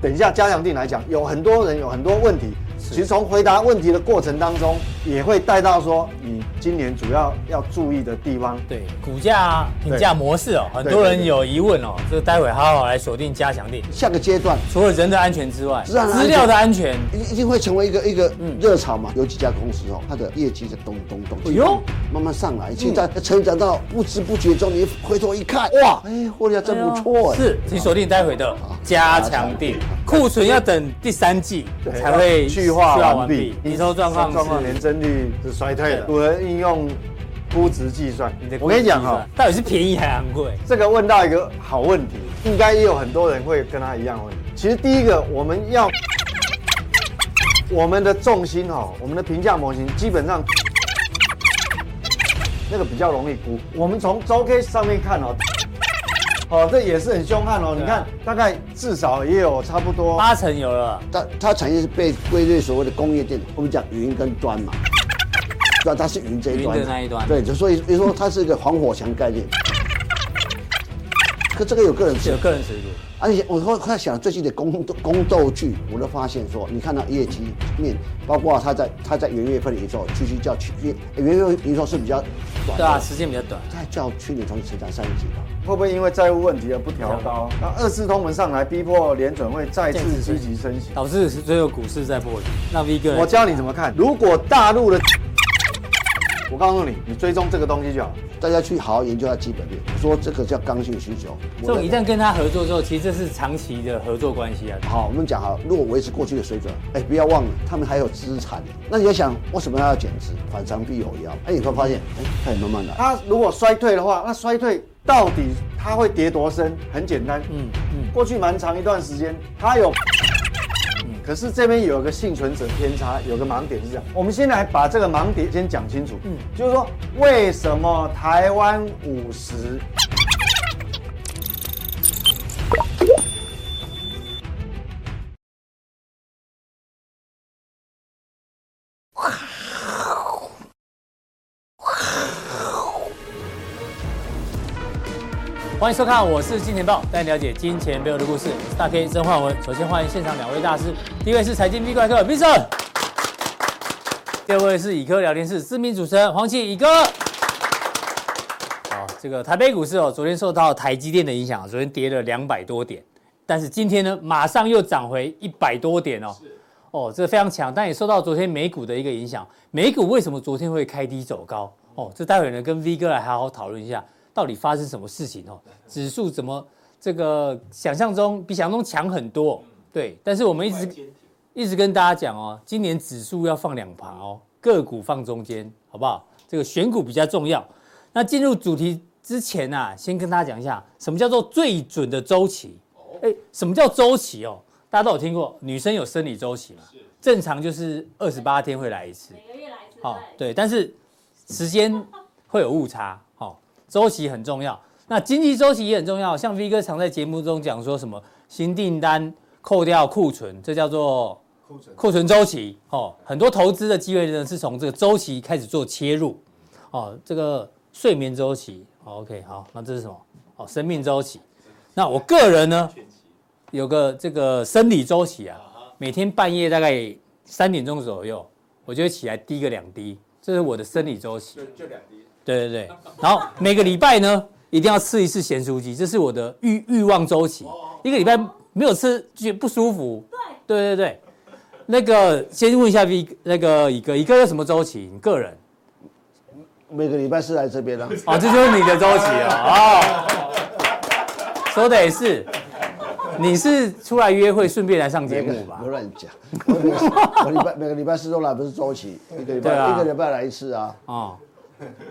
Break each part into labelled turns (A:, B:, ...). A: 等一下嘉良定来讲，有很多人有很多问题，其实从回答问题的过程当中，也会带到说你今年主要要注意的地方。
B: 对股价评价模式哦，很多人有疑问哦，这个待会好好来锁定加强定。
A: 下个阶段
B: 除了人的安全之外，
A: 自然啊的安全
B: 资料的安全，
C: 一一定会成为一个一个热潮嘛。有几家公司哦，它的业绩在咚咚咚，
B: 哎呦，嗯
C: 慢慢上来，现在成长到不知不觉中，你回头一看，哇，哎，获利还真不错哎。
B: 是，请锁定待会的
A: 啊
B: 加强定。库存要等第三季
A: 对
B: 才会
A: 去化完毕，
B: 营收状况
A: 状况
B: 是
A: 年增率是衰退的，
B: 对
A: 我们应用估值计算
B: 你的。啊
A: 我跟你讲啊哈、
B: 到底是便宜还是昂贵？
A: 这个问到一个好问题，应该也有很多人会跟他一样的问题。其实第一个，我们要我们的重心哈，我们的评价模型基本上那个比较容易估。我们从周 K 上面看哦，哦，这也是很凶悍哦。你
B: 对啊
A: 看，大概至少也有差不多
B: 八成有了，
C: 它它产业是被归类所谓的工业电子，我们讲云跟端嘛，那它是云这一端嘛，
B: 云的那一端
C: 对，就所以所以说它是一个防火墙概念。可这个有个人
B: 是
C: 吃
B: 有，个人水准。
C: 而且我后后来啊想最近的宫斗宫斗剧，我都发现说，你看到业绩面，包括它在它在元月份的营收，区区叫去元元月份营收是比较短
B: 对啊，
C: 的，
B: 时间比较短。
C: 它叫去年同期成长三十几吧。
A: 会不会因为债务问题而不调高？那二次通膨上来，逼迫联准会再次积极升息。
B: 导致是最后股市在破底。那 V 哥，
A: 我教你怎么看。如果大陆的，我告诉你，你追踪这个东西就好。
C: 大家去好好研究它基本面，我说这个叫刚性需求。我
B: 这种
C: 认为
B: 一旦跟他合作之后，其实这是长期的合作关系啊。
C: 好，我们讲好，如果维持过去的水准，哎，不要忘了他们还有资产。那你要想，为什么要减资？反常必有妖。哎，你会发现，哎，它也慢慢来。
A: 它如果衰退的话，那衰退到底它会跌多深？很简单，
B: 嗯嗯，
A: 过去蛮长一段时间它有，嗯可是这边有个幸存者偏差，有个盲点是这样。我们先来把这个盲点先讲清楚，嗯，就是说为什么台湾五十
B: 欢迎收看，我是金钱豹，带你了解金钱背后的故事。我是大 K 曾焕文。首先欢迎现场两位大师，第一位是财经 V 怪客 Vincent，第二位是以科聊天室知名主持人黄启以哥。好，这个台北股市哦，昨天受到台积电的影响，昨天跌了两百多点，但是今天呢，马上又涨回一百多点哦。哦，这个非常强，但也受到昨天美股的一个影响。美股为什么昨天会开低走高？哦，这待会呢跟 V 哥来好好讨论一下，到底发生什么事情哦？指数怎么这个想象中比想象中强很多哦、对，但是我们一直一直跟大家讲哦，今年指数要放两旁哦，个股放中间，好不好？这个选股比较重要。那进入主题之前啊，先跟大家讲一下什么叫做最准的周期。哎，什么叫周期哦？大家都有听过，女生有生理周期嘛？正常就是二十八天会来一次。
D: 每个月来一次，
B: 好、
D: 对
B: 对，但是时间会有误差，好、周期很重要。那经济周期也很重要，像 V 哥常在节目中讲说什么新订单扣掉库存，这叫做库存库存周期，哦，很多投资的机会呢是从这个周期开始做切入，哦，这个睡眠周期、哦、，OK，好，那这是什么？哦，生命周期。那我个人呢，有个这个生理周期啊，每天半夜大概三点钟左右，我就会起来滴个两滴，这是我的生理周期。就就两滴。对对对，然后每个礼拜呢，一定要吃一次咸酥鸡，这是我的欲欲望周期。一个礼拜没有吃，就觉得不舒服。对对对那个先问一下 V 那个乙哥，乙哥有什么周期？你个人
C: 每个礼拜四来这边呢、 啊
B: 哦，这就是你的周期啊、哦。说的也是，你是出来约会顺便来上节
C: 每个
B: 目吧
C: 不？乱讲。我礼拜我礼拜每 个礼拜四都来，不是周期，一个礼
B: 对
C: 拜、
B: 啊
C: 一个礼拜来一次啊。
B: 哦，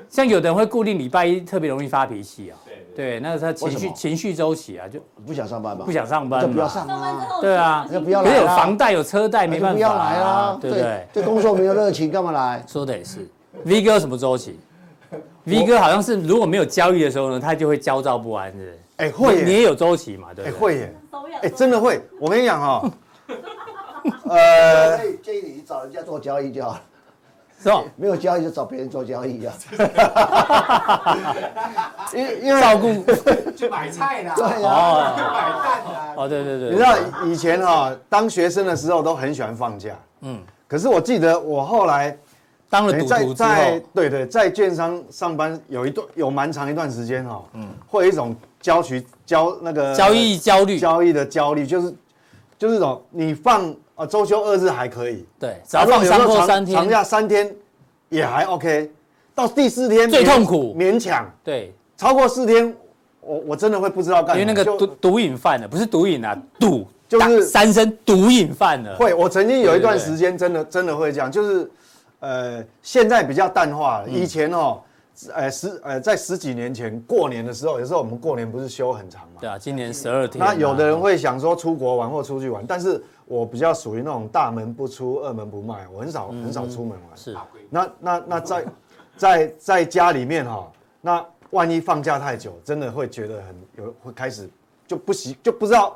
B: 像有的人会固定礼拜一特别容易发脾气啊，对，那是他情
C: 为什
B: 绪
C: 么
B: 情绪周期啊，就
C: 不想上班吧？
B: 不想上班嘛
C: 就不要上
D: 上班之
C: 啊。
D: 后
B: 对
E: à,
B: 啊
D: 就
C: 不要
B: 可
C: 来
B: 是
C: 啊
B: 有房贷有车贷没
C: 就
B: 办
C: 不
B: 法啊
C: 要来啦，
B: 对不对？
C: 对工作没有热情，干嘛来？
B: 说的也是，V 哥有什么周期？V 哥好像是如果没有交易的时候呢，他就会焦躁不安，是不是？
A: 哎、会
B: 你你
A: 耶，
B: 也有周期嘛，对
A: 哎、
B: 不对？
A: 会耶，
D: 手痒
A: 哎、真
D: 的
A: 的会。我 跟你讲哈、哦，呃，
C: 所以建议你找人家做交易就好了。
B: 是吧？
C: 没有交易就找别人做 交易啊。
A: 因为因为
B: 照顾
D: 去买菜啦，
C: 对啊呀、
D: 去
B: 哦
D: 买蛋啦，
B: 哦，对对
A: 你知道
B: 对，
A: 以前哈、当学生的时候都很喜欢放假，嗯，可是我记得我后来
B: 当了
A: 等于
B: 赌
A: 在
B: 徒之
A: 在
B: 后，
A: 对对，在券商上班有一段有蛮长一段时间哈，嗯，会有一种交局交那个
B: 交易焦虑，
A: 交易的焦虑，就是就是一种你放啊周休二日还可以，
B: 对，只要放
A: 有时
B: 三
A: 候
B: 或
A: 长
B: 三
A: 长
B: 天，
A: 假三天也还 OK，到第四天
B: 最
A: 勉
B: 痛苦
A: 勉强
B: 对，
A: 超过四天，我我真的会不知道干
B: 因
A: 什么，
B: 为那个
A: 就
B: 毒毒瘾犯了，不是毒瘾啊，赌
A: 就是
B: 打三声毒瘾犯了，
A: 会，我曾经有一段时
B: 对
A: 间真的真的会这样，就是，呃，现在比较淡化了。
B: 嗯
A: 以前哦，呃十呃在十几年前过年的时候，有时候我们过年不是休很长嘛，
B: 对啊，今年十二天啊，
A: 那有的人会想说出国玩或出去玩，但是我比较属于那种大门不出二门不迈，我很少很少出门玩。
B: 嗯
A: 啊
B: 是
A: 那那那在在在家里面哈、那万一放假太久，真的会觉得很有会开始就不习就不知道，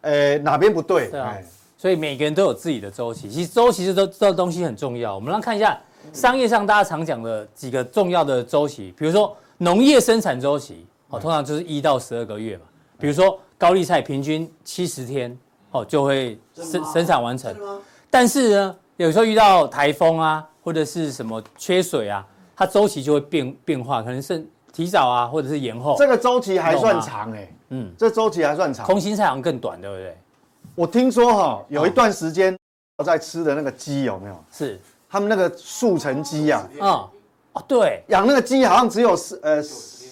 A: 呃哪边不对，
B: 对啊
A: 哎，
B: 所以每个人都有自己的周期。其实周期这都这东西很重要。我们来看一下商业上大家常讲的几个重要的周期，比如说农业生产周期，哦，通常就是一到十二个月嘛。比如说高丽菜平均七十天，哦就会生生产完成。但是呢，有时候遇到台风啊，或者是什么缺水啊，它周期就会变变化，可能是提早啊，或者是延后。
A: 这个周期还算
B: 懂吗
A: 长哎、
B: 嗯，
A: 这周期还算长。
B: 空哦心菜好像更短，对不对？
A: 我听说哈、有一段时间我在吃的那个鸡有没有？
B: 是，
A: 他们那个速成鸡呀、啊，
B: 嗯，哦，对，
A: 养那个鸡好像只有四呃，四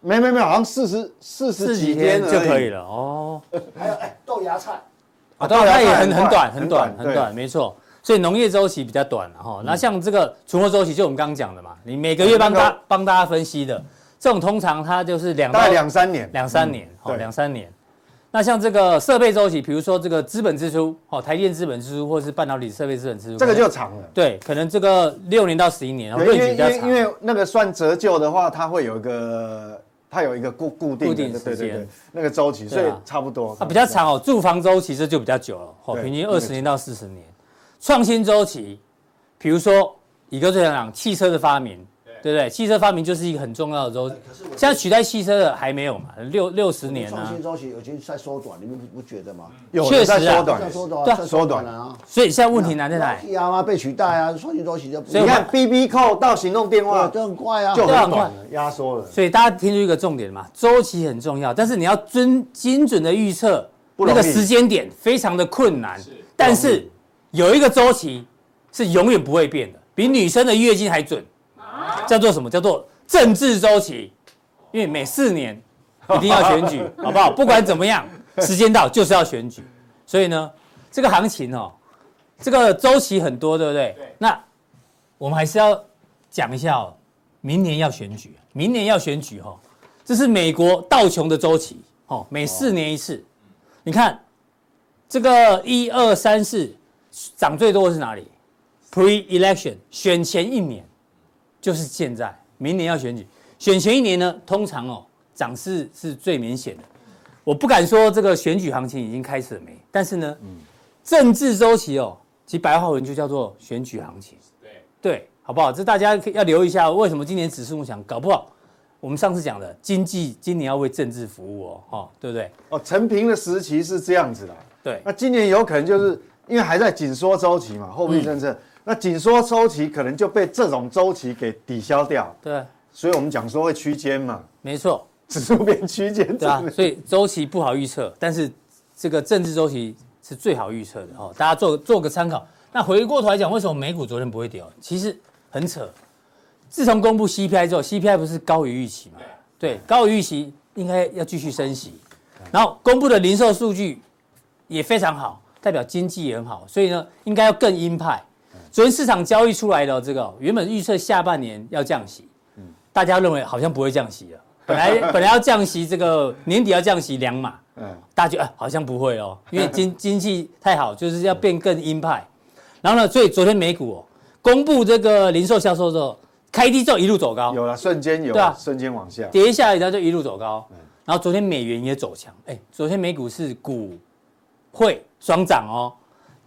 A: 没没没，好像四十四十
B: 四
A: 几
B: 几
A: 天
B: 天
A: 而已啊
B: 就可以。了哦。
C: 还有哎，豆芽菜，
B: 啊，当然它也很
A: 很短
B: 很短，很短，
A: 很短
B: 很短，没错。所以农业周期比较短了哈。那像这个存货周期，就我们刚刚讲的嘛，你每个月帮
A: 嗯那
B: 大
A: 个
B: 帮大家分析的，这种通常它就是两
A: 大
B: 到
A: 概两三年。
B: 两三年，
A: 嗯
B: 哦，
A: 对
B: 两三年。那像这个设备周期，比如说这个资本支出，哦，台积电资本支出，或是半导体设备资本支出，
A: 这个
B: 可能
A: 就长了。
B: 对，可能这个六年到十一年，哦，
A: 对因
B: 论
A: 为
B: 比
A: 因
B: 较
A: 为
B: 长
A: 因。为那个算折旧的话，它会有一个它有一个固固定的
B: 固定时
A: 对对对
B: 间
A: 那个周期，所
B: 对
A: 以
B: 啊
A: 差不多。
B: 啊，比较长哦，住房周期这就比较久了，哦，
A: 对
B: 平均
A: 那个
B: 二十年到四十年。创新周期，比如说以哥最常讲汽车的发明，对不对？汽车发明就是一个很重要的周期。
C: 哎可是我
B: 现在取代汽车的还没有嘛，六六十年
C: 创
B: 啊
C: 新。周期已经在缩短，你们不不觉得吗？
A: 有
B: 确
A: 的
B: 实啊
A: 在缩短
C: 在。缩短，
B: 对啊
C: 在缩短了啊。
B: 所以现在问题难在哪里？
C: ？T R 啊被取代啊，创新周期就不
B: 所以
A: 你
B: 我
A: 看 B B 扣到行动电话
C: 哇，这很快啊，
A: 就
B: 对啊
A: 很
B: 很快
A: 短了，压缩了。
B: 所以大家听出一个重点嘛，周期很重要，但是你要遵精准的预测
A: 不
B: 那
A: 容易
B: 个时间点，非常的困难。但是有一个周期是永远不会变的，比女生的月经还准，
A: 啊
B: 叫做什么？叫做政治周期，因为每四年一定要 选举，好不好？不管怎么样，时间到就是要选举，所以呢，这个行情哦，这个周期很多，对不对？
D: 对
B: 那我们还是要讲一下哦，明年要选举，明年要选举哦，这是美国道琼的周期哦，每四年一次。你看这个一二三四涨最多的是哪里？Pre-election 选前一年，就是现在，明年要选举，选前一年呢，通常哦涨势是最明显的。我不敢说这个选举行情已经开始了没，但是呢，政治周期哦，其实白话文就叫做选举行情。
D: 对，
B: 对，好不好？这大家可以要留意一下，为什么今年指数想搞不好？我们上次讲的经济今年要为政治服务哦，哦，对不对？
A: 哦，陈平的时期是这样子的。
B: 对
A: 那今年有可能就是因为还在紧缩周期嘛，
B: 嗯
A: 货币政策，那紧缩周期可能就被这种周期给抵消掉，
B: 对，啊
A: 所以我们讲说会区间嘛，
B: 没错，
A: 指数变区间，
B: 对啊
A: 真的，
B: 所以周期不好预测，但是这个政治周期是最好预测的哦，大家做做个参考。那回过头来讲，为什么美股昨天不会跌哦？其实很扯，自从公布 CPI 之后，CPI 不是高于预期嘛？对，高于预期应该要继续升息，然后公布的零售数据也非常好，代表经济也很好，所以呢，应该要更鹰派。昨天市场交易出来的这个哦，原本预测下半年要降息，大家认为好像不会降息了。本来 本来要降息，这个年底要降息两码，
A: 嗯，
B: 大家觉得、哎好像不会哦，因为经经济太好，就是要变更鹰派。然后呢，所以昨天美股哦公布这个零售销售之后，开低之后一路走高，
A: 有了瞬间有
B: 对啊
A: 瞬间往下，
B: 跌下来，然后就一路走高。然后昨天美元也走强，哎，昨天美股是股汇双涨哦，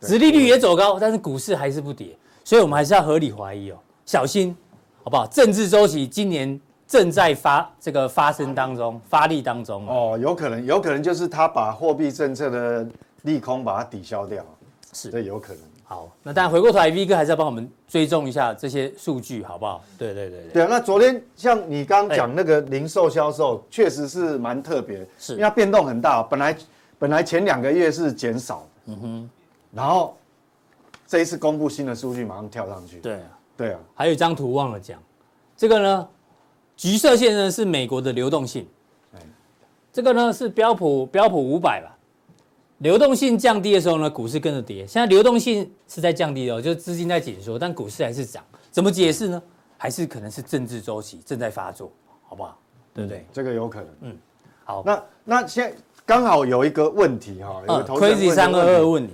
B: 殖利率也走高，但是股市还是不跌。所以我们还是要合理怀疑哦，小心，好不好？政治周期今年正在发这个发生当中，发力当中哦，
A: 哦，有可能，有可能就是他把货币政策的利空把它抵消掉，
B: 是
A: 这有可能。
B: 好，那当然回过头来，V 哥还是要帮我们追踪一下这些数据，好不好？对对对对，
A: 对啊，那昨天像你刚刚讲那个零售销售，确实是蛮特别，
B: 哎是
A: 因为它变动很大。本来本来前两个月是减少，嗯哼，然后这一次公布新的数据，马上跳上去。
B: 对啊，
A: 对啊，
B: 还有一张图忘了讲，这个呢，橘色线呢是美国的流动性，
A: 哎
B: 这个呢是标普标普五百吧，流动性降低的时候呢，股市跟着跌。现在流动性是在降低的、哦，就是资金在紧缩，但股市还是涨，怎么解释呢？还是可能是政治周期正在发作，好不好？对不对？
A: 这个有可能。
B: 嗯好，
A: 嗯那那现在刚好有一个问题哈，有个
B: 嗯
A: 投资人问
B: ，Crazy
A: 的
B: 三二
A: 问
B: 二
A: 题
B: 问你，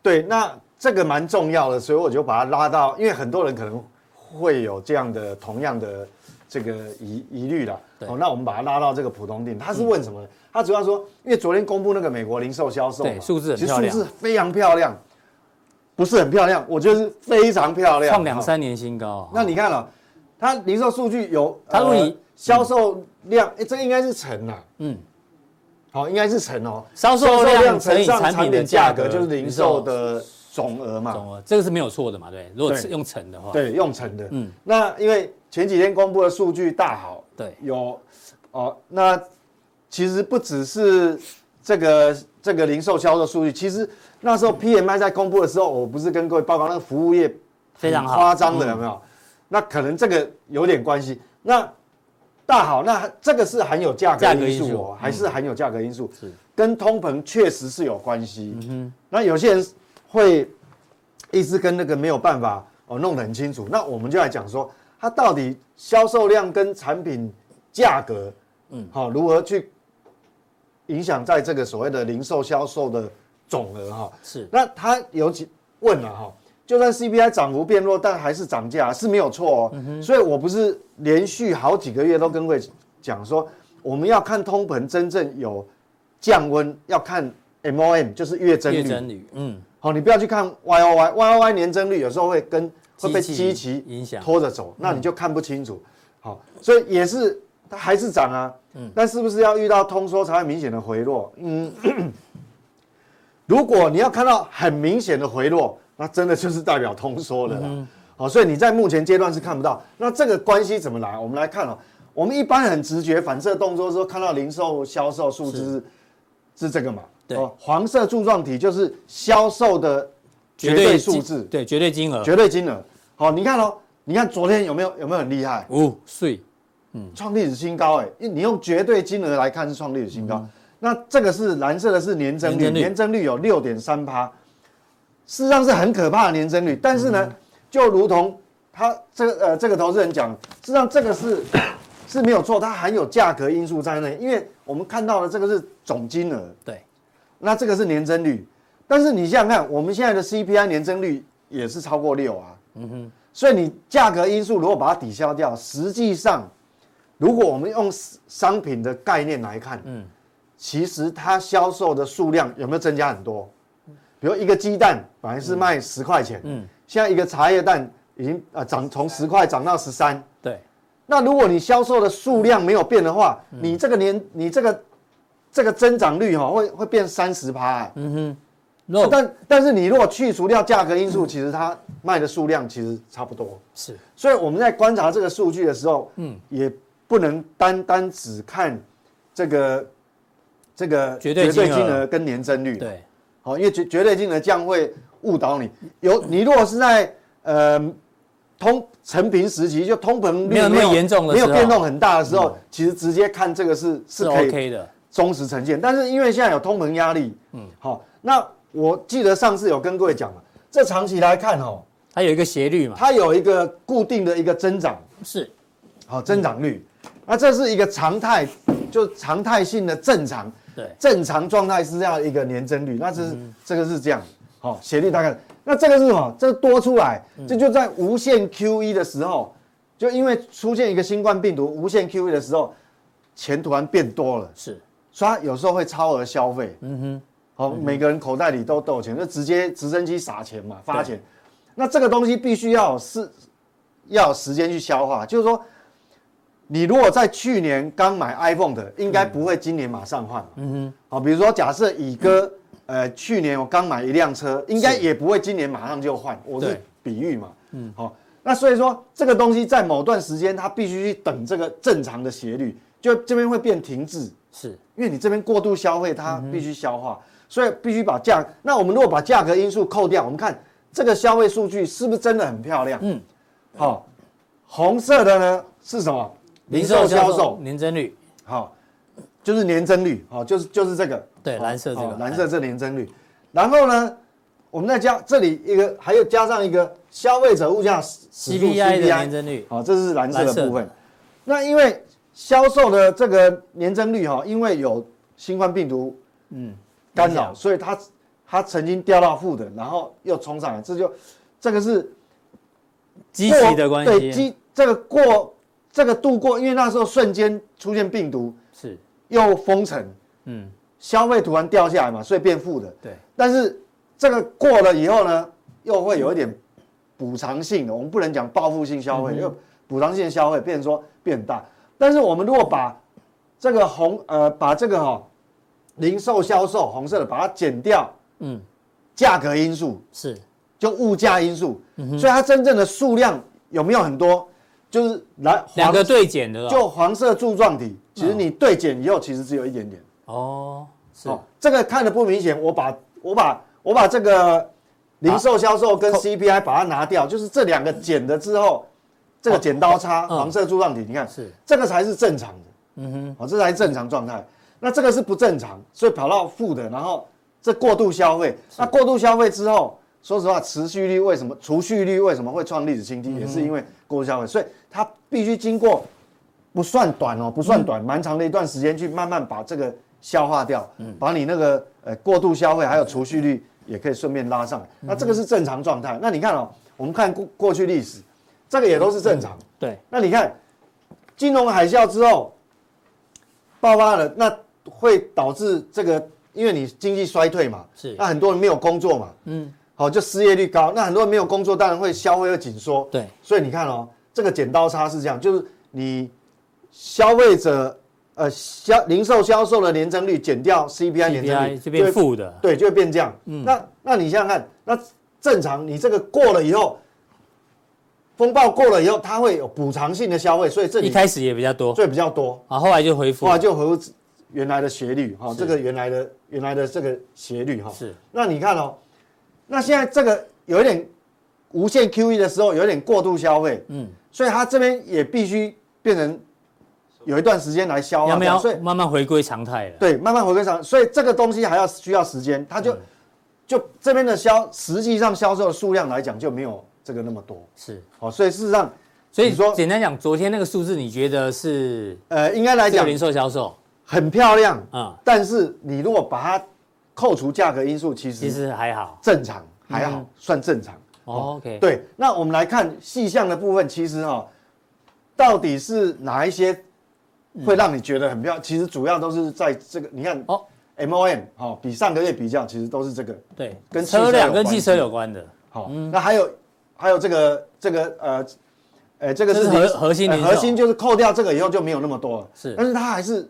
A: 对，那这个蛮重要的，所以我就把它拉到，因为很多人可能会有这样的同样的这个疑疑虑啦。
B: 对嗯
A: 哦，那我们把它拉到这个普通定，他是问什么呢？他主要说，因为昨天公布那个美国零售销售嘛
B: 对数字很
A: 其实
B: 漂亮
A: 数字非常漂亮，不是很漂亮，我觉得是非常漂亮，
B: 创两
A: 哦
B: 三年新高，啊
A: 那你看了、它零售数据有，呃
B: 它问你
A: 销售量，哎，这个应该是成啦，
B: 嗯
A: 嗯，好，应该是成哦，
B: 销售量乘以
A: 上
B: 产品的价格
A: 就是零售的总额嘛，
B: 懂了，这个是没有错的嘛？对，如果
A: 对
B: 是用乘的话，
A: 对，用成的，
B: 嗯
A: 嗯，那因为前几天公布的数据大好，
B: 对
A: 有哦，那其实不只是这个这个零售销售数据，其实那时候 PMI 在公布的时候，我不是跟各位报告那个服务业
B: 非常好
A: 很夸张的有没有？那可能这个有点关系。那大好，那这个是含有价格
B: 价格
A: 因
B: 因
A: 素
B: 素
A: 哦，还是含有价格因素，跟通膨确实是有关系。嗯那有些人会一直跟那个没有办法哦弄得很清楚，那我们就来讲说，它到底销售量跟产品价格，嗯，好、如何去影响在这个所谓的零售销售的总额哈、
B: 是
A: 那他有几问了哈、就算 CPI 涨幅变弱，但还是涨价是没有错哦。所以我不是连续好几个月都跟各位讲说，我们要看通膨真正有降温，要看 MOM，就是月增率。
B: 月增率，嗯，
A: 好、你不要去看 Y O Y，Y O Y 年增率有时候会跟会被
B: 基期
A: 基期
B: 影响嗯
A: 拖着走，那你就看不清楚。好、所以也是它还是涨啊，
B: 嗯
A: 但是不是要遇到通缩才会明显的回落？嗯，如果你要看到很明显的回落，那真的就是代表通缩了啦。
B: 嗯
A: 好、哦所以你在目前阶段是看不到。那这个关系怎么来？我们来看哦，我们一般很直觉反射动作说看到零售销售数字是是这个嘛？哦
B: 对
A: 黄色柱状体就是销售的绝对数
B: 金
A: 字、
B: 对，绝对金额，
A: 绝对金额。好、你看哦，你看昨天有没有有没有很厉害？
B: 五税
A: 创历史新高哎、因为你用绝对金额来看是创历史新高。那这个是蓝色的是年增率，
B: 嗯年增率
A: 年增率有六点三趴，事实上是很可怕的年增率。但是呢，
B: 嗯
A: 就如同他这个呃这个投资人讲，事实上这个是是没有错，它含有价格因素在内，因为我们看到的这个是总金额，
B: 对，
A: 那这个是年增率，但是你想想看，我们现在的 CPI 年增率也是超过六啊，嗯哼，所以你价格因素如果把它抵消掉，实际上如果我们用 s- 商品的概念来看，嗯，其实它销售的数量有没有增加很多？比如一个鸡蛋本来是卖十块钱，嗯，现在一个茶叶蛋已经啊涨从十块涨到十三，
B: 对，
A: 那如果你销售的数量没有变的话，
B: 嗯
A: 你这个年你这个这个增长率哈、会会变三十趴，哎
B: 嗯
A: 哦
B: 肉
A: 但但是你如果去除掉价格因素，其实它卖的数量其实差不多。
B: 是
A: 所以我们在观察这个数据的时候，嗯，也不能单单只看这个这个
B: 绝对金额
A: 金额跟年增率，，
B: 对，
A: 好，因为绝绝对金额这样会误导你。有你如果是在呃通成平时期，就通膨率
B: 没有那么严重的
A: 没有
B: 时候嗯
A: 变动很大的时候，其实直接看这个是是
B: 是
A: 可以
B: OK 的，
A: 忠实呈现。但是因为现在有通膨压力，嗯，好、那我记得上次有跟各位讲了，这长期来看哦，
B: 它有一个斜率嘛，
A: 它有一个固定的一个增长，
B: 是
A: 好、增长率，那这是一个常态，就常态性的正常，
B: 对
A: 正常状态是这样一个年增率，那这是、这个是这样，好、斜率大概，那这个是什么？这多出来，这就在无限 Q E 的时候，就因为出现一个新冠病毒无限 Q E 的时候，钱突然变多了。
B: 是，
A: 所以他有时候会超额消嗯费。嗯哼，好、每个人口袋里都都有钱，就直接直升机撒钱嘛，发钱。那这个东西必须要是要有时间去消化，就是说，你如果在去年刚买 iPhone 的，应该不会今年马上换。嗯哼，好，比如说假设乙哥，呃，去年我刚买一辆车，应该也不会今年马上就换，我是
B: 对
A: 比喻嘛。嗯，好，那所以说这个东西在某段时间它必须去等这个正常的斜率，就这边会变停滞。
B: 是
A: 因为你这边过度消费，
B: 嗯
A: 它必须消化，所以必须把价。那我们如果把价格因素扣掉，我们看这个消费数据是不是真的很漂亮？
B: 嗯
A: 嗯，好、红色的呢是什么？零售销售，
B: 年增率，
A: 好、就是年增率，好、就是就是这个，
B: 对，
A: 好
B: 蓝色这
A: 好
B: 个，
A: 哦蓝色这年增率。然后呢，我们再加这里一个，还有加上一个消费者物价指数
B: CPI 的年增率
A: 好，这是蓝色
B: 蓝色
A: 的部分。那因为销售的这个年增率哈，因为有新冠病毒
B: 嗯，
A: 干
B: 影
A: 扰，
B: 响
A: 所以它它曾经掉到负的，然后又冲上来，这就这个是
B: 积
A: 过
B: 极的关
A: 对
B: 系
A: 积这个过这个度过，因为那时候瞬间出现病毒
B: 是，
A: 又封城，
B: 嗯，
A: 消费突然掉下来嘛，所以变负的。
B: 对，
A: 但是这个过了以后呢，又会有一点补偿性的，我们不能讲报复性消
B: 嗯
A: 费，又补偿性的消费变成说变大。但是我们如果把这个红呃把这个哈、零售销售红色的把它减掉，
B: 嗯，
A: 价格因素
B: 是
A: 就物价因素，
B: 嗯
A: 所以它真正的数量有没有很多，就是来
B: 两个嗯
A: 黄
B: 对减的哦，
A: 就黄色柱状体，其实你对减以后其实只有一点点。
B: 哦，是
A: 哦，这个看的不明显，我把我把我把这个零售销售跟
B: 啊扣
A: CPI 把它拿掉，就是这两个减了之后，这个剪刀差、
B: 嗯
A: 黄色柱状体，你看
B: 是，
A: 这个才是正常的，
B: 嗯哼，
A: 哦，这才是正常状态。那这个是不正常，所以跑到负的，然后这过度消费，那过度消费之后，说实话，持续率为什么储蓄率为什么会创历史新
B: 嗯
A: 低，也是因为过度消费，所以它必须经过不算短
B: 嗯
A: 哦，不算短，蛮长的一段时间去慢慢把这个消化掉，
B: 嗯
A: 把你那个呃过度消费还有储蓄率也可以顺便拉上来。
B: 嗯
A: 那这个是正常状态。那你看哦，我们看过过去历史，这个也都是正常。
B: 对，
A: 那你看金融海啸之后爆发了，那会导致这个，因为你经济衰退嘛，
B: 是
A: 那很多人没有工作嘛，
B: 嗯，
A: 好、就失业率高，那很多人没有工作，当然会消费会紧缩，
B: 对，
A: 所以你看哦，这个剪刀差是这样，就是你消费者呃销零售销售的年增率减掉 CPI 年增率
B: CPI 就变
A: 会
B: 负的，嗯
A: 对，就会变这样。那那你想想看，那正常你这个过了以后，风暴过了以后，它会有补偿性的消费，所以这
B: 一
A: 里
B: 开始也比较多，
A: 最比较多，
B: 啊，后来就恢复
A: 后，来就回复原来的斜率哈、这个原来的原来的这个斜率哈、
B: 是
A: 那你看哦，那现在这个有一点无限 QE 的时候，有点过度消费，
B: 嗯，
A: 所以它这边也必须变成有一段时间来消化掉，
B: 要不要
A: 所以
B: 慢慢回归常态了？
A: 对，慢慢回归上，所以这个东西还要需要时间，它就、
B: 嗯
A: 就这边的销，实际上销售的数量来讲就没有这个那么多，
B: 是，
A: 好、所以事实上，
B: 所以
A: 你说
B: 简单讲，昨天那个数字你觉得是
A: 呃，应该来
B: 这个
A: 讲嗯
B: 零售销售
A: 很漂亮，
B: 啊，
A: 但是你如果把它扣除价格因素，其
B: 其
A: 实
B: 实嗯还好
A: 正常，还好、算正常。
B: 哦，OK，
A: 对，那我们来看细项的部分，其实哈、到底是哪一些会让你觉得很漂亮？其实主要都是在这个，你看
B: 嗯哦
A: MOM 好、比上个月比较，其实都是这个。
B: 对，
A: 跟汽车
B: 车辆
A: 有
B: 跟
A: 关
B: 汽车
A: 系
B: 有关的，
A: 好、
B: 嗯
A: 那还有还有这个这个呃，呃，这个
B: 这
A: 是
B: 是核
A: 零
B: 核心
A: 呃
B: 零售
A: 核心就是扣掉这个以后就没有那么多了。
B: 是
A: 但是它还是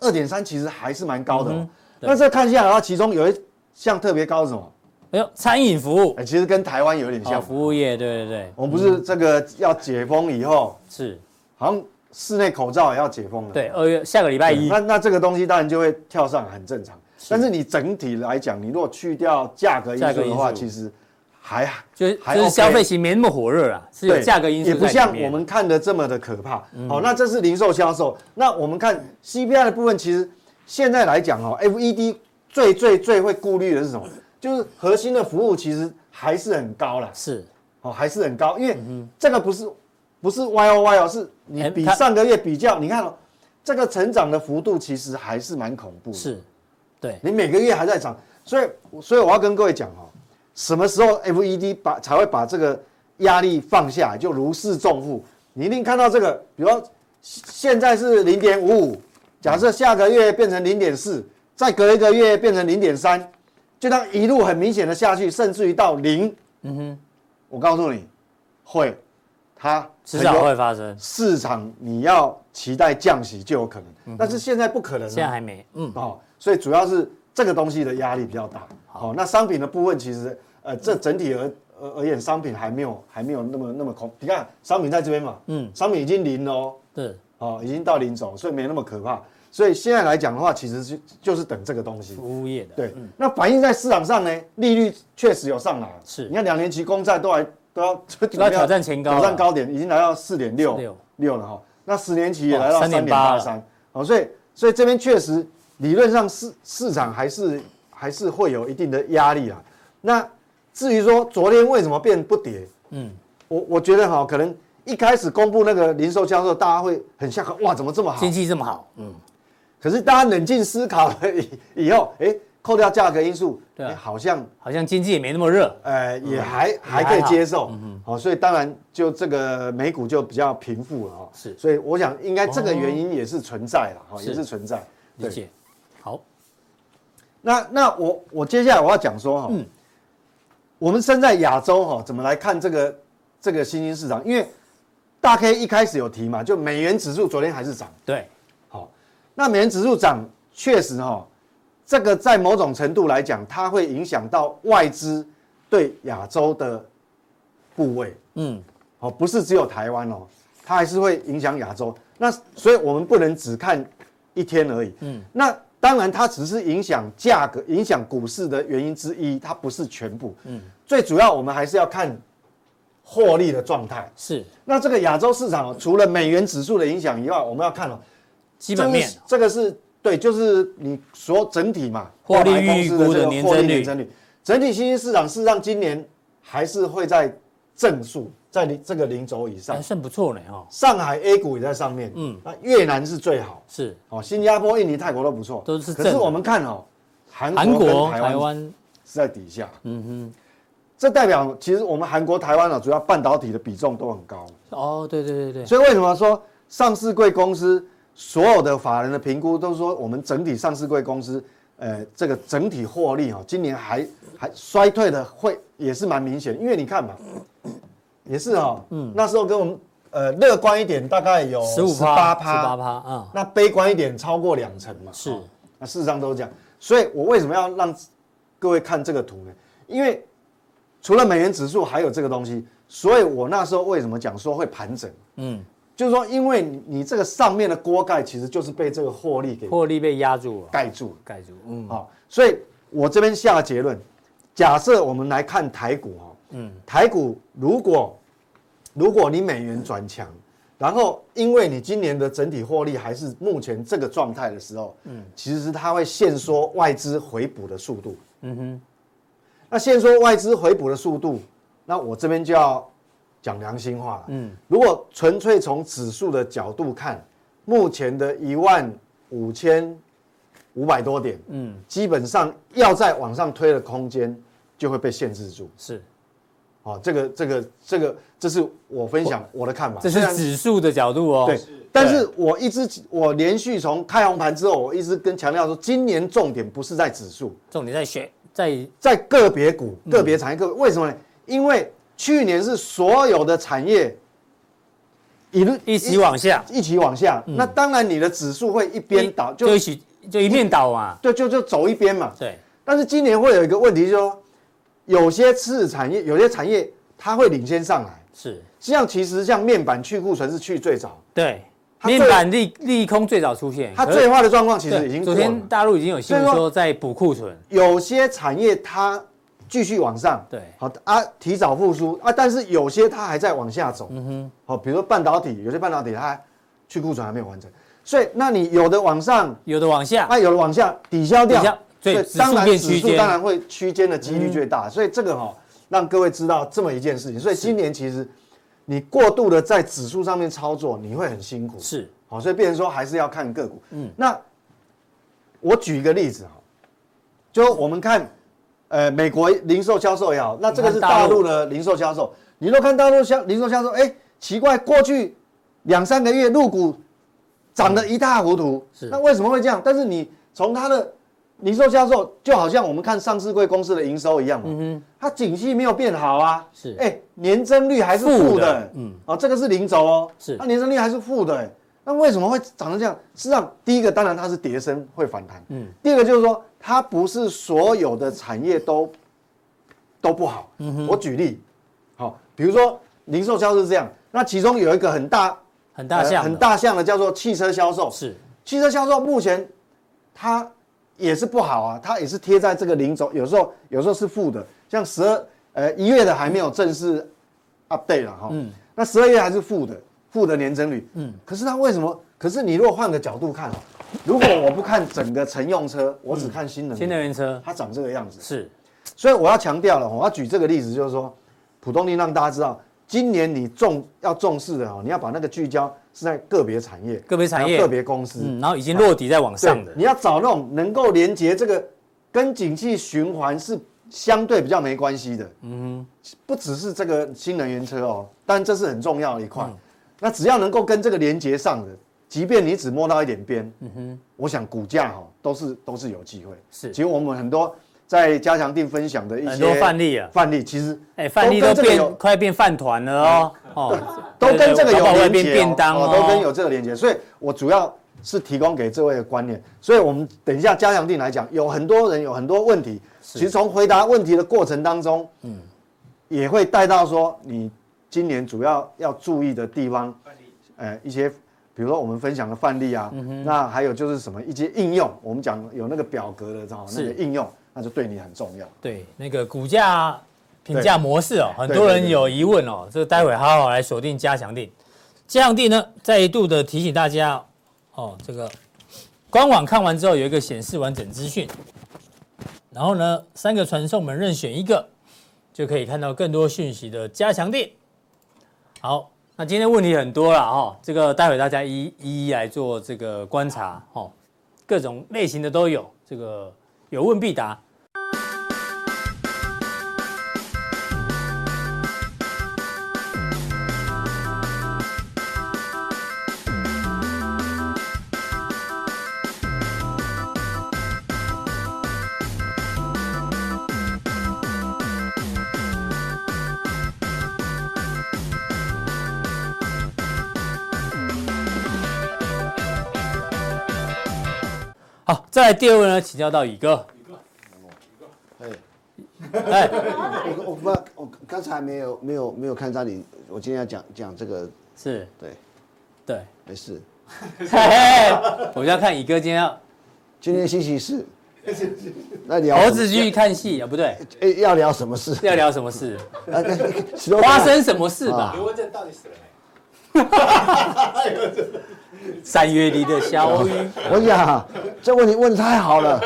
A: 二点三，其实还是蛮高的、哦
B: 嗯哼对
A: 那这看下来的话，其中有一项特别高是什么？
B: 哎呦，餐饮服务
A: 哎、，其实跟台湾有点
B: 好
A: 像。
B: 服务业，对对对，
A: 我们不是这个要解封以后，
B: 是，
A: 好像室内口罩也要解封了。
B: 对，二月下个礼拜
A: 对
B: 一
A: 那那这个东西当然就会跳上来，很正常。但是你整体来讲，你如果去掉价格因
B: 价格
A: 素
B: 因
A: 的
B: 素
A: 话，其实还
B: 就是
A: 还
B: 就是
A: OK
B: 消费型没那么火热啦，是有
A: 对
B: 价格因素
A: 也不
B: 在里
A: 像
B: 面嗯
A: 我们看的这么的可怕。好、那这是零售销售。那我们看 CPI 的部分，其实现在来讲哦，FED 最最最会顾虑的是什么？就是核心的服务其实还是很高啦，
B: 是
A: 哦，还是很高，因为这个不是不是 Y O Y 哦，是你
B: 哎
A: 比
B: 它
A: 上个月比较，你看哦，这个成长的幅度其实还是蛮恐怖的。
B: 是，对，
A: 你每个月还在涨，所以所以我要跟各位讲哦，什么时候 FED 把才会把这个压力放下来，就如释重负。你一定看到这个，比如说现现在是零点五五，假设下个月变成零点四，再隔一个月变成零点三，就当一路很明显的下去，甚至于到零。嗯哼，我告诉你，会，它
B: 迟早
A: 很有
B: 会发生，
A: 市场你要期待降息就有可
B: 嗯
A: 能，但是现在不可能、啊，
B: 现在还没，嗯，
A: 哦，所以主要是这个东西的压力比较大。好、那商品的部分其实呃，这整体而而而言，商品还没有还没有那么那么恐。你看商品在这边嘛，
B: 嗯
A: 嗯，商品已经零了哦，
B: 对，
A: 哦，已经到零轴，所以没那么可怕。所以现在来讲的话，其实就就是等这个东西。
B: 服务业的，
A: 对，那反映在市场上呢，利率确实有上来。
B: 是
A: 你看两年期公债都还都要都
B: 挑战前高了啊
A: 挑战高点已经来到四点
B: 4.6
A: 六六了哈。那十年期也
B: 哇
A: 来到三点八
B: 3.8
A: 三，好，所以所以这边确实理论上市市场还是还是会有一定的压力啦。那至于说昨天为什么变不跌，
B: 嗯，
A: 我我觉得哈，可能一开始公布那个零售销售，大家会很吓，哇，怎么这么好？
B: 经济这么好，嗯，
A: 可是大家冷静思考了以以后，哎、扣掉价格因素，
B: 对啊
A: 哎好像
B: 好像经济也没那么热，
A: 呃也还、还可以接受，好、所以当然就这个美股就比较平复了哦。
B: 是
A: 所以我想应该这个原因也是存在了，哈、
B: 是
A: 也是存在。
B: 理解，好，
A: 那那我我接下来我要讲说哈、哦
B: 嗯
A: 我们身在亚洲哈、怎么来看这个这个新兴市场？因为大 K 一开始有提嘛，就美元指数昨天还是涨。
B: 对，
A: 好、那美元指数涨，确实哈、这个在某种程度来讲，它会影响到外资对亚洲的部位，
B: 嗯，
A: 哦，不是只有台湾哦，它还是会影响亚洲。那所以我们不能只看一天而已，
B: 嗯
A: 嗯，那当然它只是影响价格、影响股市的原因之一，它不是全部，嗯，最主要我们还是要看获利的状态。
B: 是
A: 那这个亚洲市场、哦、除了美元指数的影响以外，我们要看哦，
B: 基本面，
A: 这个是这个是对，就是你所整体嘛，
B: 获利
A: 大盘公司
B: 预估的
A: 这个
B: 年
A: 获利
B: 增率
A: 年增率，整体新兴市场事实上今年还是会在正数，在零这个零轴以上
B: 还。哎算不错呢，哦哈，
A: 上海 A 股也在上面，
B: 嗯
A: 嗯，那越南是最好，
B: 是
A: 哦，新加坡、印尼、泰国都不错，
B: 都是正
A: 可
B: 的
A: 是我们看哦，韩
B: 韩
A: 国
B: 国、
A: 跟
B: 台
A: 台湾
B: 湾，
A: 是在底下，
B: 嗯
A: 这代表其实我们韩国、台湾啊，主要半导体的比重都很高。
B: 哼，哦，对对对对，
A: 所以为什么说上市贵公司所有的法人的评估都说，我们整体上市贵公司，呃，这个整体获利哈、哦，今年还还衰退的会也是蛮明显，因为你看嘛，
B: 嗯
A: 也是哈、哦，嗯，那时候跟我们呃乐观一点，大概有
B: 十五
A: 哦八
B: 趴，十八
A: 趴，
B: 趴，啊，
A: 那悲观一点超过两成嘛，
B: 是
A: 哦那事实上都是这样。所以我为什么要让各位看这个图呢？因为除了美元指数，还有这个东西，所以我那时候为什么讲说会盘整？
B: 嗯，
A: 就是说，因为你你这个上面的锅盖其实就是被这个获利给
B: 获利被压住了，
A: 盖住了，
B: 盖住，嗯，
A: 好、所以我这边下个结论，假设我们来看台股哦，
B: 嗯
A: 嗯，台股如果如果你美元转强，然后因为你今年的整体获利还是目前这个状态的时候，嗯，其实它会限缩外资回补的速度，
B: 嗯哼，
A: 那限缩外资回补的速度，那我这边就要讲良心话了。
B: 嗯
A: 嗯，如果纯粹从指数的角度看，目前的一万五千五百多点，
B: 嗯
A: 嗯，基本上要再往上推的空间就会被限制住。
B: 是，
A: 哦，这个这个这个，这是我分享我的看法。
B: 这
A: 虽然
B: 是指数的角度哦，
A: 对，但是我一直我连续从开红盘之后，我一直跟强调说，今年重点不是在指数，
B: 重点在学，在
A: 在个别股、个别产业、个别为什么呢？因为去年是所有的产业一路
B: 一起往下，
A: 一起往下，那当然你的指数会一边倒，
B: 就
A: 就
B: 一起就一面倒嘛，
A: 就就就走一边嘛。
B: 对，
A: 但是今年会有一个问题，就是说有些次产业、有些产业它会领先上来，
B: 是，
A: 像其实像面板去库存是去最早，
B: 对，
A: 它最
B: 面板利利空最早出现，
A: 它
B: 可
A: 最坏的状况其实
B: 哎对
A: 已经过
B: 昨
A: 了
B: 天
A: 嘛。
B: 大陆已经有新闻
A: 所以说
B: 说在补库存，
A: 有些产业它继续往上，
B: 对
A: 好啊，提早复苏啊，但是有些它还在往下走，嗯哼，好，比如说半导体，有些半导体它还去库存还没有完成，所以那你有的往上，
B: 有的往下，
A: 那有的往下抵消掉
B: 抵消，所以指数
A: 当然
B: 变
A: 指
B: 区
A: 数
B: 间嗯
A: 当然会区间的几率最大，所以这个哈、让各位知道这么一件事情，所以今年其实你过度的在指数上面操作，你会很辛苦，
B: 是
A: 好，所以变成说还是要看个股。嗯，那我举一个例子哈，就我们看，呃，美国零售销售也好，那这个是
B: 你看大
A: 大
B: 陆
A: 陆的零售销售，你都看大陆销零售销售，哎、奇怪，过去两三个月入股涨得一塌糊涂，
B: 嗯是
A: 那为什么会这样？但是你从它的零售销售就好像我们看上市贵公司的营收一样嘛，它景气没有变好啊，
B: 嗯是
A: 哎、年增率还是负
B: 负
A: 的，
B: 的嗯
A: 嗯，哦，这个是零轴哦，
B: 是
A: 那年增率还是负的、哎那为什么会涨成这样？实际上，第一个当然它是跌升会反弹，嗯，第二个就是说它不是所有的产业都都不好，嗯我举例，好、比如说零售销售是这样，那其中有一个很大
B: 很大项、
A: 呃很大项的叫做汽车销售，
B: 是
A: 汽车销售目前它也是不好啊，它也是贴在这个零轴，有时候有时候是负的，像十二呃一月的还没有正式 update 了哈，嗯，那十二月还是负的，负的年增率，嗯，可是它为什么？可是你如果换个角度看哦，如果我不看整个乘用车，我只看新能源，
B: 新能源车
A: 它长这个样子，
B: 是
A: 所以我要强调了，我要举这个例子，就是说，普通令让大家知道，今年你重要重视的哦，你要把那个聚焦是在个别产业、
B: 个别产业
A: 还有个别公司，
B: 嗯，然后已经落底在往上
A: 对
B: 的
A: 你要找那种能够连接这个跟景气循环是相对比较没关系的。嗯，不只是这个新能源车哦，但这是很重要的一块。
B: 嗯
A: 那只要能够跟这个连接上的，即便你只摸到一点边，嗯哼，我想股价哈、都是都是有机会。
B: 是
A: 其实我们很多在加强定分享的一些
B: 很多范例啊，
A: 范例其实
B: 哎，饭粒都
A: 跟这个
B: 变
A: 有
B: 快变饭团了哦，哦，
A: 都跟这个有
B: 搞不好会
A: 连
B: 变
A: 接、哦，
B: 便当哦，
A: 都跟有这个连接，所以我主要是提供给这位的观念。所以我们等一下加强定来讲，有很多人有很多问题，其实从回答问题的过程当中，嗯，也会带到说你今年主要要注意的地方，呃，一些。比如说我们分享的范例啊，
B: 嗯
A: 那还有就是什么一些应用，我们讲有那个表格的，知道吗那
B: 是
A: 个应用，那就对你很重要。
B: 对，那个股价评价模式哦，很
A: 对
B: 多
A: 对
B: 人
A: 对
B: 有疑问哦，这个待会好好来锁定加强定。加强定呢，再一度的提醒大家哦，这个官网看完之后有一个显示完整资讯，然后呢，三个传送门任选一个，就可以看到更多讯息的加强定。好，那今天问题很多了哦，这个待会大家一一一来做这个观察哦，各种类型的都有，这个有问必答。好，再来第二位呢，请教到宇哥。
C: 哎，
B: 哎，
C: 我我不，我刚才没有没有没有看到你，我今天要讲讲这个，
B: 是，
C: 对，
B: 对，
C: 没事。
B: 嘿嘿我就要看宇哥今天要
C: 今天星期四，那聊
B: 猴子去看戏啊，不对，
C: 哎要聊什么事？
B: 要聊什么事？
C: 啊那石头
B: 发生什么事吧？
D: 刘文正到底死了没？
B: 三月里的小雨。
C: 我讲啊，这问题问的太好了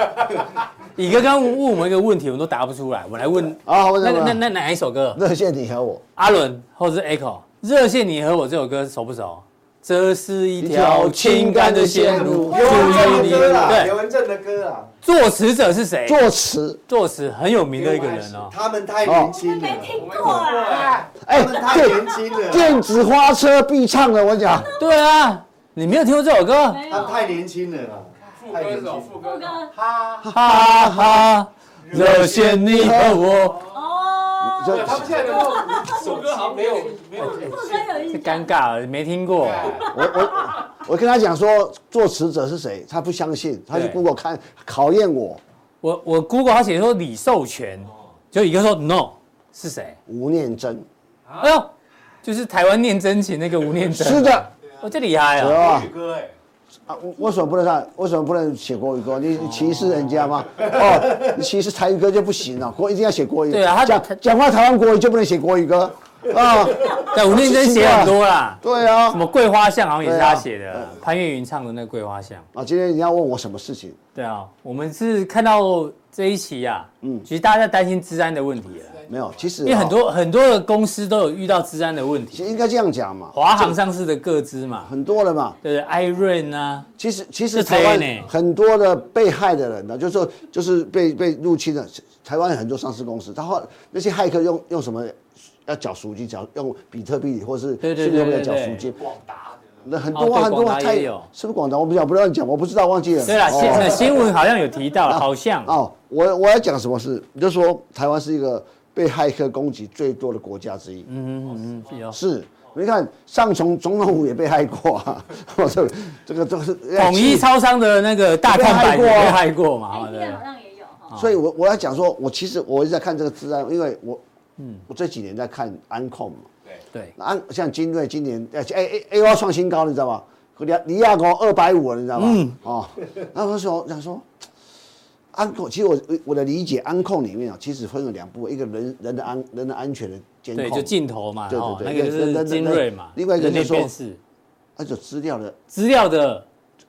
B: 宇哥刚刚问我们一个问题，我们都答不出来。我来问，
C: 啊！我
B: 那
C: 讲
B: 那
C: 了，
B: 那哪一首歌？
C: 热线你和我
B: 阿伦或者是 Echo，《热线你和我》这首歌熟不熟？这是一条情感的线
A: 刘
B: 路，
A: 文正
B: 注
A: 的
B: 意你。
A: 歌啦，刘
B: 对，
A: 文正的歌啊啦，
B: 作词者是谁？
C: 作词，
B: 作词很有名的一个人哦。
A: 他们太年轻了
E: 没，听过
D: à.
E: 啊，
C: 哎
A: 他们，太
C: 电
A: 年轻了。
C: 电子花车必唱的，我讲
B: 对啊，你没有听过这首歌？
E: 没
A: 他
E: 有。
A: 太年轻了啦，
D: 副
A: 太
D: 歌
A: 年
D: 手，
A: 轻。
D: 副歌
E: 那
D: 手，
E: 个
B: 哈哈，热线你和
E: Ờ.
B: 我，
E: 哦，
C: 这
D: 对他们现在能够首歌好像没有没有
E: 副歌有
B: 这
E: 一
B: 尴尬了，没听过。
C: 我我我跟他讲说作词者是谁，他不相信，他去
B: 对
C: Google 看考验我
B: 我我 Google 他写说李寿全，就一个说 No 是谁？
C: 吴念真，
B: 哎呦，就是台湾念真情那个吴念真。
C: 是，的，
B: 哦，这厉害
C: 知
B: 啊！
C: 道吧
D: 粤？语歌哎，
C: 啊，我为什么不能唱？为什么不能写国语歌？你你歧视人家吗？哦，你歧视台语歌就不行了，国一定要写国语。
B: 对啊他他
C: 讲讲话台湾国语就不能写国语歌啊？
B: 但吴念真写很多啦，
C: 对
B: 什
C: 啊。
B: 么桂花巷好像也是他写
C: 对
B: 的
C: 啊，
B: 潘越云唱的那个桂花巷。
C: 啊，今天你要问我什么事情？
B: 对啊，我们是看到这一期啊，嗯，其实大家在担心治安的问题了，
C: 没有，其实
B: 因为很
C: 啊，
B: 多很多的公司都有遇到治安的问题
C: 其。实应该这样讲嘛，
B: 华航上市的各资嘛，
C: 很多人嘛。
B: 对艾润啊，
C: 其实其
B: 是
C: 实台湾
B: 谁呢
C: 很多的被害的人呢，就是说就是被被入侵的，台湾有很多上市公司，他后那些骇客用用什么要缴赎金，缴用比特币或是
B: 对对
C: 虚拟货币
B: 对对
C: 来缴
B: 对
C: 赎金，
D: 广达的
C: 那很
B: 哦
C: 多
B: 对
C: 啊很多
B: 广
C: 啊，
B: 达
C: 太
B: 也有
C: 是不是广达？我不讲，不乱讲，我不知道，忘记了。
B: 对啦，
C: 哦
B: 新呃新闻好像有提到了，好像
C: 哦，我我要讲什么事？你就说台湾是一个被骇客攻击最多的国家之一。
B: 嗯嗯
C: 哦
B: 嗯，有
C: 是，你看上从总统府也被害过啊， 我这个这个这个是哎
B: 统一超商的那个大看板
C: 被
B: 也被害
C: 害
B: 过嘛，哦
E: 哎，
B: 对
E: 店好像也有哈。
C: 所以我我要讲说，我其实我一直在看这个治安，因为我嗯，我这几年在看安控嘛，
D: 对，
B: 对，
C: 安像金瑞今年哎哎 A O 创新高，你知道吗？李李亚国二百五了，你知道吗？嗯，哦，然后我说想说。安控，其实我我的理解，安控里面啊，其实分了两部分，一个人人的安人的安全的监控，
B: 对，就镜头嘛，
C: 对对
B: 哦，那
C: 对
B: 个就
C: 那
B: 是
C: 那
B: 精锐嘛，
C: 那另外一个
B: 人
C: 就是
B: 类
C: 说
B: 辨识
C: 那就资料的
B: 资料的，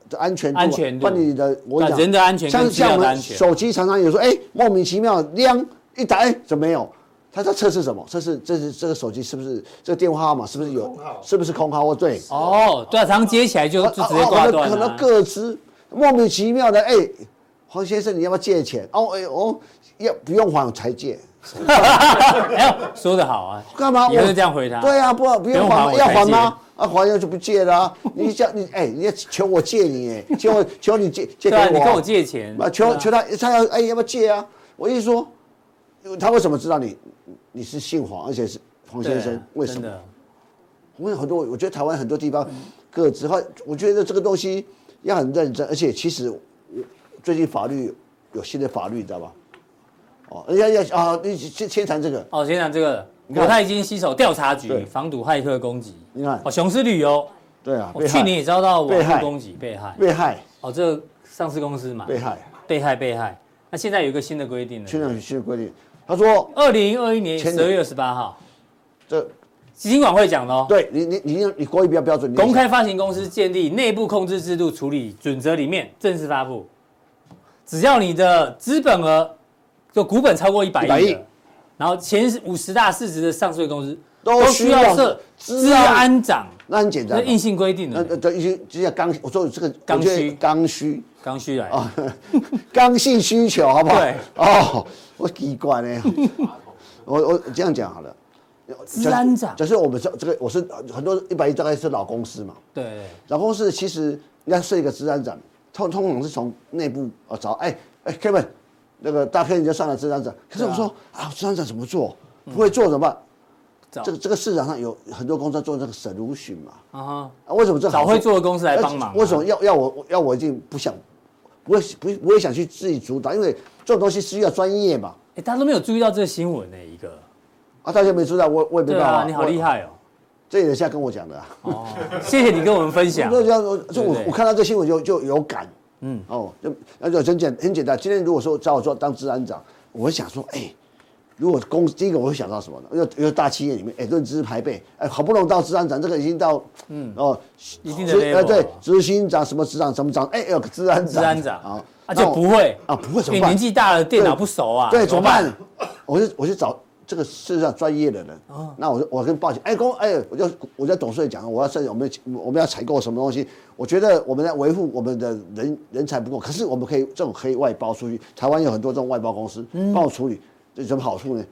C: 这安全度啊，
B: 安全度
C: 关于你的我
B: 对
C: 讲
B: 人的安全跟
C: 像
B: 资料
C: 像
B: 的
C: 我
B: 安
C: 们
B: 全
C: 手机常常有时候哎莫名其妙亮一打哎怎么没有？他在测试什么？测试这是这个手机是不是这个电话号码是不是有
D: 空号
C: 是不是空号？或对，
B: 哦，对啊，常接起来就就直接
C: 啊啊
B: 挂
C: 我
B: 断
C: 们可能
B: 了，
C: 各自莫名其妙的哎，黄先生你要不要借钱？哦哎哦要不用还我才借，
B: 哎呦，说得好啊，
C: 干嘛？
B: 以后
C: 我
B: 就这样回他，
C: 对啊，不不用
B: 不用还我
C: 还吗？
B: 才
C: 要还吗？啊，还了就不借了、啊。你叫你哎，你要求我借你哎，求我求你借借
B: 对
C: 给
B: 啊，
C: 我。
B: 你跟我借钱，
C: 啊，求求他，他要哎要不要借啊？我一说，他为什么知道你你是姓黄，而且是黄
B: 对啊
C: 先生？为什
B: 真
C: 么？
B: 的
C: 因为很多，我觉得台湾很多地方各自化，我觉得这个东西要很认真，而且其实我最近法律有新的法律，你知道吧？哦，要要啊，你先先谈这个，
B: 哦，先讲这个，
C: 看
B: 国泰金携手调查局
C: 对
B: 防堵骇客攻击，
C: 你看
B: 哦，雄狮旅游，
C: 对啊，
B: 我
C: 被
B: 哦去
C: 害
B: 年也遭到网
C: 被
B: 络
C: 害
B: 攻击被害，
C: 被害
B: 哦，这个上市公司嘛，
C: 被害，
B: 被害被害，那现在有一个新的规定
C: 去
B: 了，
C: 年有新的规定，他说
B: 二零二一年
C: 前
B: 十二月二十八号，
C: 这
B: 金管会讲的哦，
C: 对你你你你国语比较标准，你
B: 公开发行公司建立内部控制制度处理准则里面正式发布，只要你的资本额就股本超过一百
C: 100
B: 亿
C: 亿
B: 的，然后前五十大市值的上市公司
C: 都
B: 都需
C: 需
B: 要
C: 要
B: 设
C: 治
B: 治
C: 安呃
B: 安长，
C: 那很简
B: 这
C: 单
B: 是
C: 嘛，
B: 硬性规定
C: 那
B: 的，
C: 那这一些就像刚，我说这个
B: 刚需
C: 我觉得刚需
B: 刚需来的。
C: 啊， 刚性需求，好不好？
B: 对
C: 哦，我奇怪呢，哦我我这样讲好了。
B: 治安长
C: 就是我们这这个，我是很多一百亿大概是老公司嘛，
B: 对对，
C: 老公司其实应该设一个治安长，通通常是从内部呃找，哎哎 Kevin，那个大 K 你就上来治安长，可是
B: 对啊
C: 我说啊，治安长怎么做？不会做怎么办？
B: 找
C: 这个这个市场上有很多公司在做这个 solution 嘛，
B: 啊哈，
C: 啊，为什么这
B: 找
C: 好
B: 会做的公司来帮忙啊。
C: 为什么要要我我要我一定不想，不会不不会想去自己主导，因为这种东西需要专业嘛。
B: 哎，大家都没有注意到这个新闻呢，一个。
C: 啊，大家没主导，我我也没
B: 对
C: 办法。
B: 啊，你好厉
C: 我！
B: 害哦。
C: 这也是在跟我讲的、啊。
B: 哦，谢谢你跟我们分享。
C: 那这样，就
B: 对不
C: 我
B: 对
C: 我看到这新闻就就有感。
B: 嗯
C: 嗯，哦，就那就很简很简单。今天如果说找我做当治安长，我会想说，哎、如果公司第一个我会想到什么呢？因为因为大企业里面，哎、论资排辈，哎、好不容易到治安长，这个已经到嗯哦
B: 一定的
C: 执
B: level
C: 哎对
B: 了，
C: 执行长什么执长什么长，哎、有个治安长，
B: 治安长
C: 啊，
B: 啊，
C: 那
B: 就
C: 我
B: 不会
C: 啊不会怎
B: 因为
C: 么办
B: 年纪大了，电脑不熟啊。
C: 对，怎么办？？我就我去找这个世上专业的人。
B: 哦
C: 那我就我跟报警，哎公，哎，我就我在董事会讲，我要申请我们我们要采购什么东西，我觉得我们在维护我们的人人才不够，可是我们可以这种可以外包出去，台湾有很多这种外包公司
B: 嗯
C: 帮我处理，这有什么好处呢？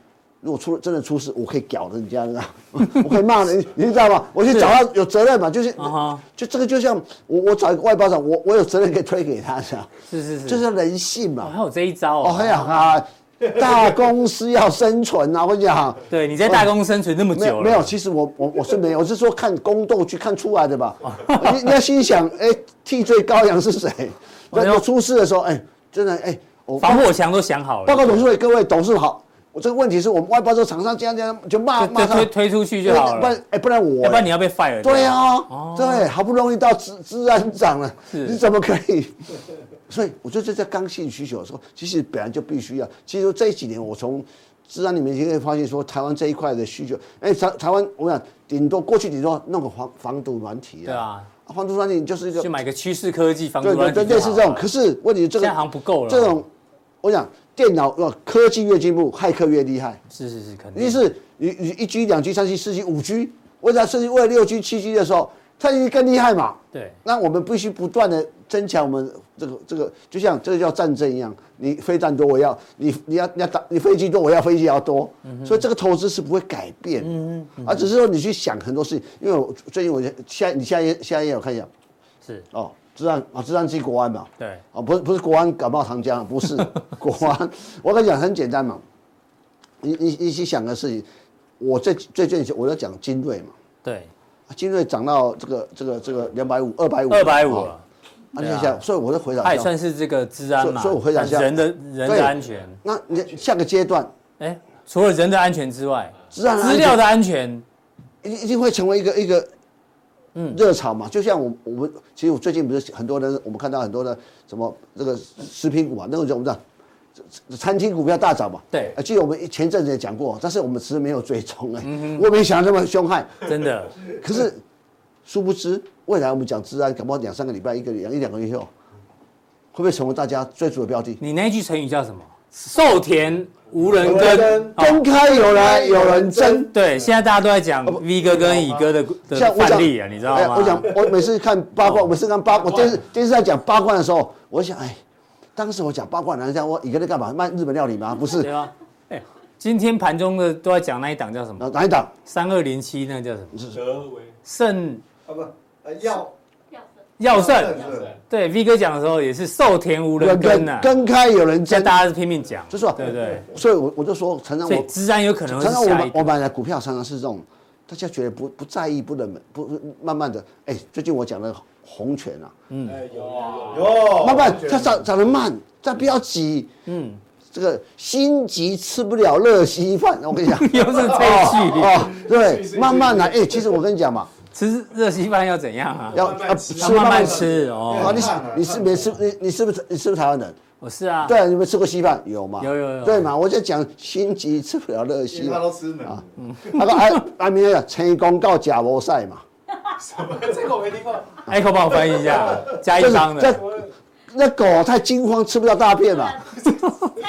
C: 如果出真的出事，我可以屌人家，你知道吗？我可以骂人，你知道吗？我去找他有责任嘛，就是
B: 啊哈
C: 就这个就像我我找一个外包厂，我我有责任可以推给他，你知道吗
B: 是是是，
C: 这是人性嘛
B: 哦。还有这一招
C: 哦，
B: 哦。
C: 哎呀啊，大公司要生存啊！我跟你 讲，
B: 对，你在大公司生存那么
C: 没
B: 久
C: 有
B: 了，
C: 没有，其实我我我是没有，我是说看宫斗剧看出来的吧。
B: 哦
C: 你你要心想，哎，替罪羔羊是谁？
B: 哎
C: 那
B: 呦
C: 有出事的时候，哎，真的哎，我
B: 防火墙都想好了。
C: 报告董事会各位董事好，我这个问题是我们外包这个厂商这样这样就
B: 就
C: 骂
B: 就
C: 骂
B: 推
C: 上，
B: 推出去就好
C: 不
B: 了
C: 然，哎不然我
B: 要不然你要被 fire 掉。
C: 对啊，对，好不容易到治治安长了，
B: 哦是
C: 你怎么可以？ 所以我觉得这在刚性需求的时候，其实本来就必须要。其实这几年我从治安里面就可以发现说，台湾这一块的需求，哎，台台湾我想顶多过去顶多弄个防防毒软体啊，
B: 对啊，
C: 防毒软体就是一个
B: 去买个趋势科技防
C: 对
B: 毒
C: 对
B: 软体
C: 对
B: 就
C: 类
B: 好
C: 似
B: 了
C: 这种。可是问题这
B: 现
C: 个
B: 在好像不够了哦
C: 这种我想电脑呃科技越进步，骇客越厉害。
B: 是是是，肯定
C: 于是你你一 G、两 G、三 G、四 G、五 G，为啥甚至为了六 G、七 G 的时候，它已经更厉害嘛？
B: 对
C: 那我们必须不断的增强我们这个这个，就像这个叫战争一样，你飞弹多，我要你你要你要打你飞机多，我要飞机也要多，所以这个投资是不会改变的，而只是说你去想很多事情，因为我最近我现在你现在也现在也有看一下
B: 是，
C: 哦，治安啊治安机国安嘛，
B: 对，
C: 啊，不是不是国安感冒糖浆，不是国安。我跟你讲很简单嘛，你你你去想个事情，我最最近我在讲精锐嘛，
B: 对，
C: 精锐涨到这个这个这个两百五二百五
B: 二百五
C: 啊，
B: 了，
C: 啊你
B: 对啊
C: 想想，所以我就回答
B: 它也
C: 一下，
B: 算是这个治安嘛，
C: 所以所以我回想一下
B: 人的人
C: 对
B: 的安全，
C: 那你下个阶段
B: 哎，除了人的安全之外，
C: 自然而然
B: 资料的安全，
C: 一一定会成为一个一个
B: 嗯
C: 热潮嘛。就像我我们其实我最近不是很多人，我们看到很多的什么这个食品股啊，那种叫我们讲这餐厅股票大涨嘛。
B: 对
C: 啊，记得我们前阵子也讲过，但是我们只是没有追踪哎、我没想到这么凶悍。
B: 真的，
C: 可是殊不知，未来我们讲治安，搞不好两三个礼拜、一个两一两个月后，会不会成为大家追逐的标的？
B: 你那一句成语叫什么？寿田无人
A: 无人
B: 耕
A: 耕，
B: 哦
C: 公开有来有人争。
B: 对，现在大家都在讲 V 哥跟乙哥的的
C: 啊像我讲
B: 范例啊，你知道
C: 哎呀
B: 吗？哦
C: 我讲，我每次看八卦，我每次看八卦，电视电视在讲八卦的时候，我想，哎，当时我讲八卦，人家我你跟在干嘛？卖日本料理吗？不是
B: 对，吧？哎，今天盘中的都在讲那一档叫什么？
C: 哪哪一档？
B: 三二零七那个叫什么？
D: 德为
B: 盛
A: 不，呃，要
B: 耀盛。
A: 是
D: 对
B: 对 V 哥讲的时候也是寿田无人
C: 人
B: 耕呐、啊，
C: 跟开有人
B: 现在
C: 争，
B: 大家是拼命讲，
C: 就是吧
B: 对不对？
C: 所以我我就说，常常
B: 所以
C: 我
B: 治安有可能会
C: 常常
B: 是
C: 我
B: 下一
C: 买我
B: 个，
C: 买的股票常常是这种，大家觉得不不在意，不冷门，不不慢慢的，哎，最近我讲的红拳啊，
D: 哎有有有，
A: 有
C: 慢慢它涨涨得慢，但不要急，
B: 嗯，
C: 这个心急吃不了热稀饭，我跟你讲。
B: 又是这一句，
C: 哦，对
D: 是是，
C: 慢慢来。哎，其实我跟你讲嘛，
B: 吃热稀饭要怎样啊？
C: 要
D: 慢慢
C: 要
D: 吃
B: 要
C: 吃
B: 慢慢
C: 慢。
B: 吃
C: 啊，
B: 哦，
C: 你是你是没吃你你是不是你是不是台湾人？
B: 我是啊，
C: 对啊，你们吃过稀饭有吗？
B: 有有有
C: 对嘛，我就讲心急吃不了热稀
A: 他
C: 嘛。
A: 都吃啊，
C: 那个哎，阿明讲成功告假博赛嘛，
D: 什么这个我没听过，
B: ，Echo 帮我翻译一下，加一
C: 就是
B: 张
C: 这
B: 的，
C: 那狗太惊慌吃不到大便了，
E: 蔡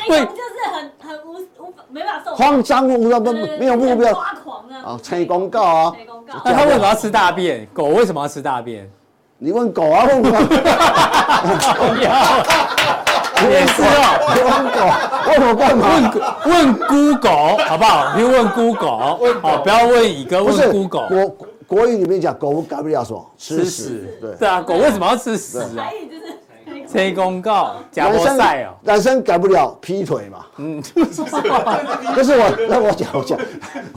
E: 英文就是很很无无没办法受，
C: 慌张无不
E: 对对对
C: 没有目标。
E: 抓狂啊！
C: 啊蔡公告啊
E: 蔡公告，
B: 那他为什么要吃大便？狗为什么要吃大便？
C: 你问狗啊，问我，
B: 也是哦，
C: 你问狗，问我干嘛？
B: 问 Google 好不好？你问 Google，好，不要问乙哥，
C: 不
B: 问
C: 是
B: Google。
C: 国国语里面讲狗改不了什么，吃屎。对。
B: 对啊，狗为什么要吃屎啊？
E: 台语就是
B: 吹公告，假
C: 男
B: 波
C: 生
B: 赛哦，
C: 男生改不了劈腿嘛。 嗯，不是我，那我讲，我讲，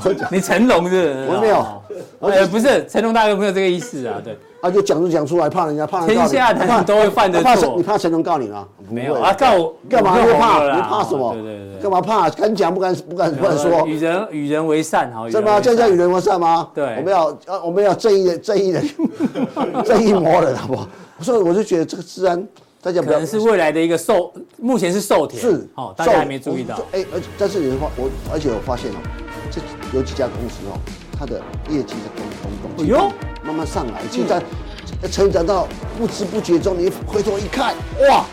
C: 我讲，
B: 你成龙是不是？
C: 我没有
B: 哦呃，不是，成龙大哥没有这个意思啊，对，
C: 啊，就讲出讲出来，怕人家啊怕人
B: 天下男人都会犯的
C: 怕怕
B: 错
C: 你怕成龙告你吗？不会
B: 没有啊，告我
C: 干嘛
B: 我就
C: 又
B: 红
C: 怕？
B: 了啦
C: 你怕什么？
B: 对对对
C: 干嘛怕？敢讲不敢不敢
B: 对，
C: 乱说，
B: 与人与人为善，好，
C: 是吗？
B: 与人为善
C: 这叫与人为善吗？
B: 对
C: 我们要啊，我们要正义的 正义的正义魔人，好不好？所以我就觉得这个治安，大家不
B: 可
C: 要
B: 能是未来的一个寿，目前是寿田，
C: 是，
B: 哦，大家还
C: 受
B: 没注意到
C: 我，哎，而且但是有发我，而且我发现哦，这有几家公司哦，它的业绩在咚咚咚，
B: 哎呦，嗯
C: 慢慢上来，现在成长到不知不觉中，你回头一看，哇，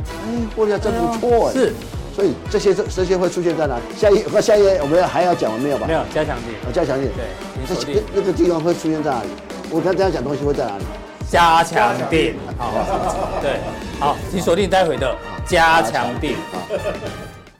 C: 哎，获利还真不错哎，
B: 哦是，
C: 所以这些这这些会出现在哪？下一那下一页我们要还要讲完没有吧
B: 没？有加强点，
C: 我再讲一点，
B: 对请
C: 这
B: 锁定
C: 些那个地方会出现在哪里？我刚才讲东西会在哪里？
B: 加强哦点，好，对，好，请锁定待会的加强点。
C: 啊。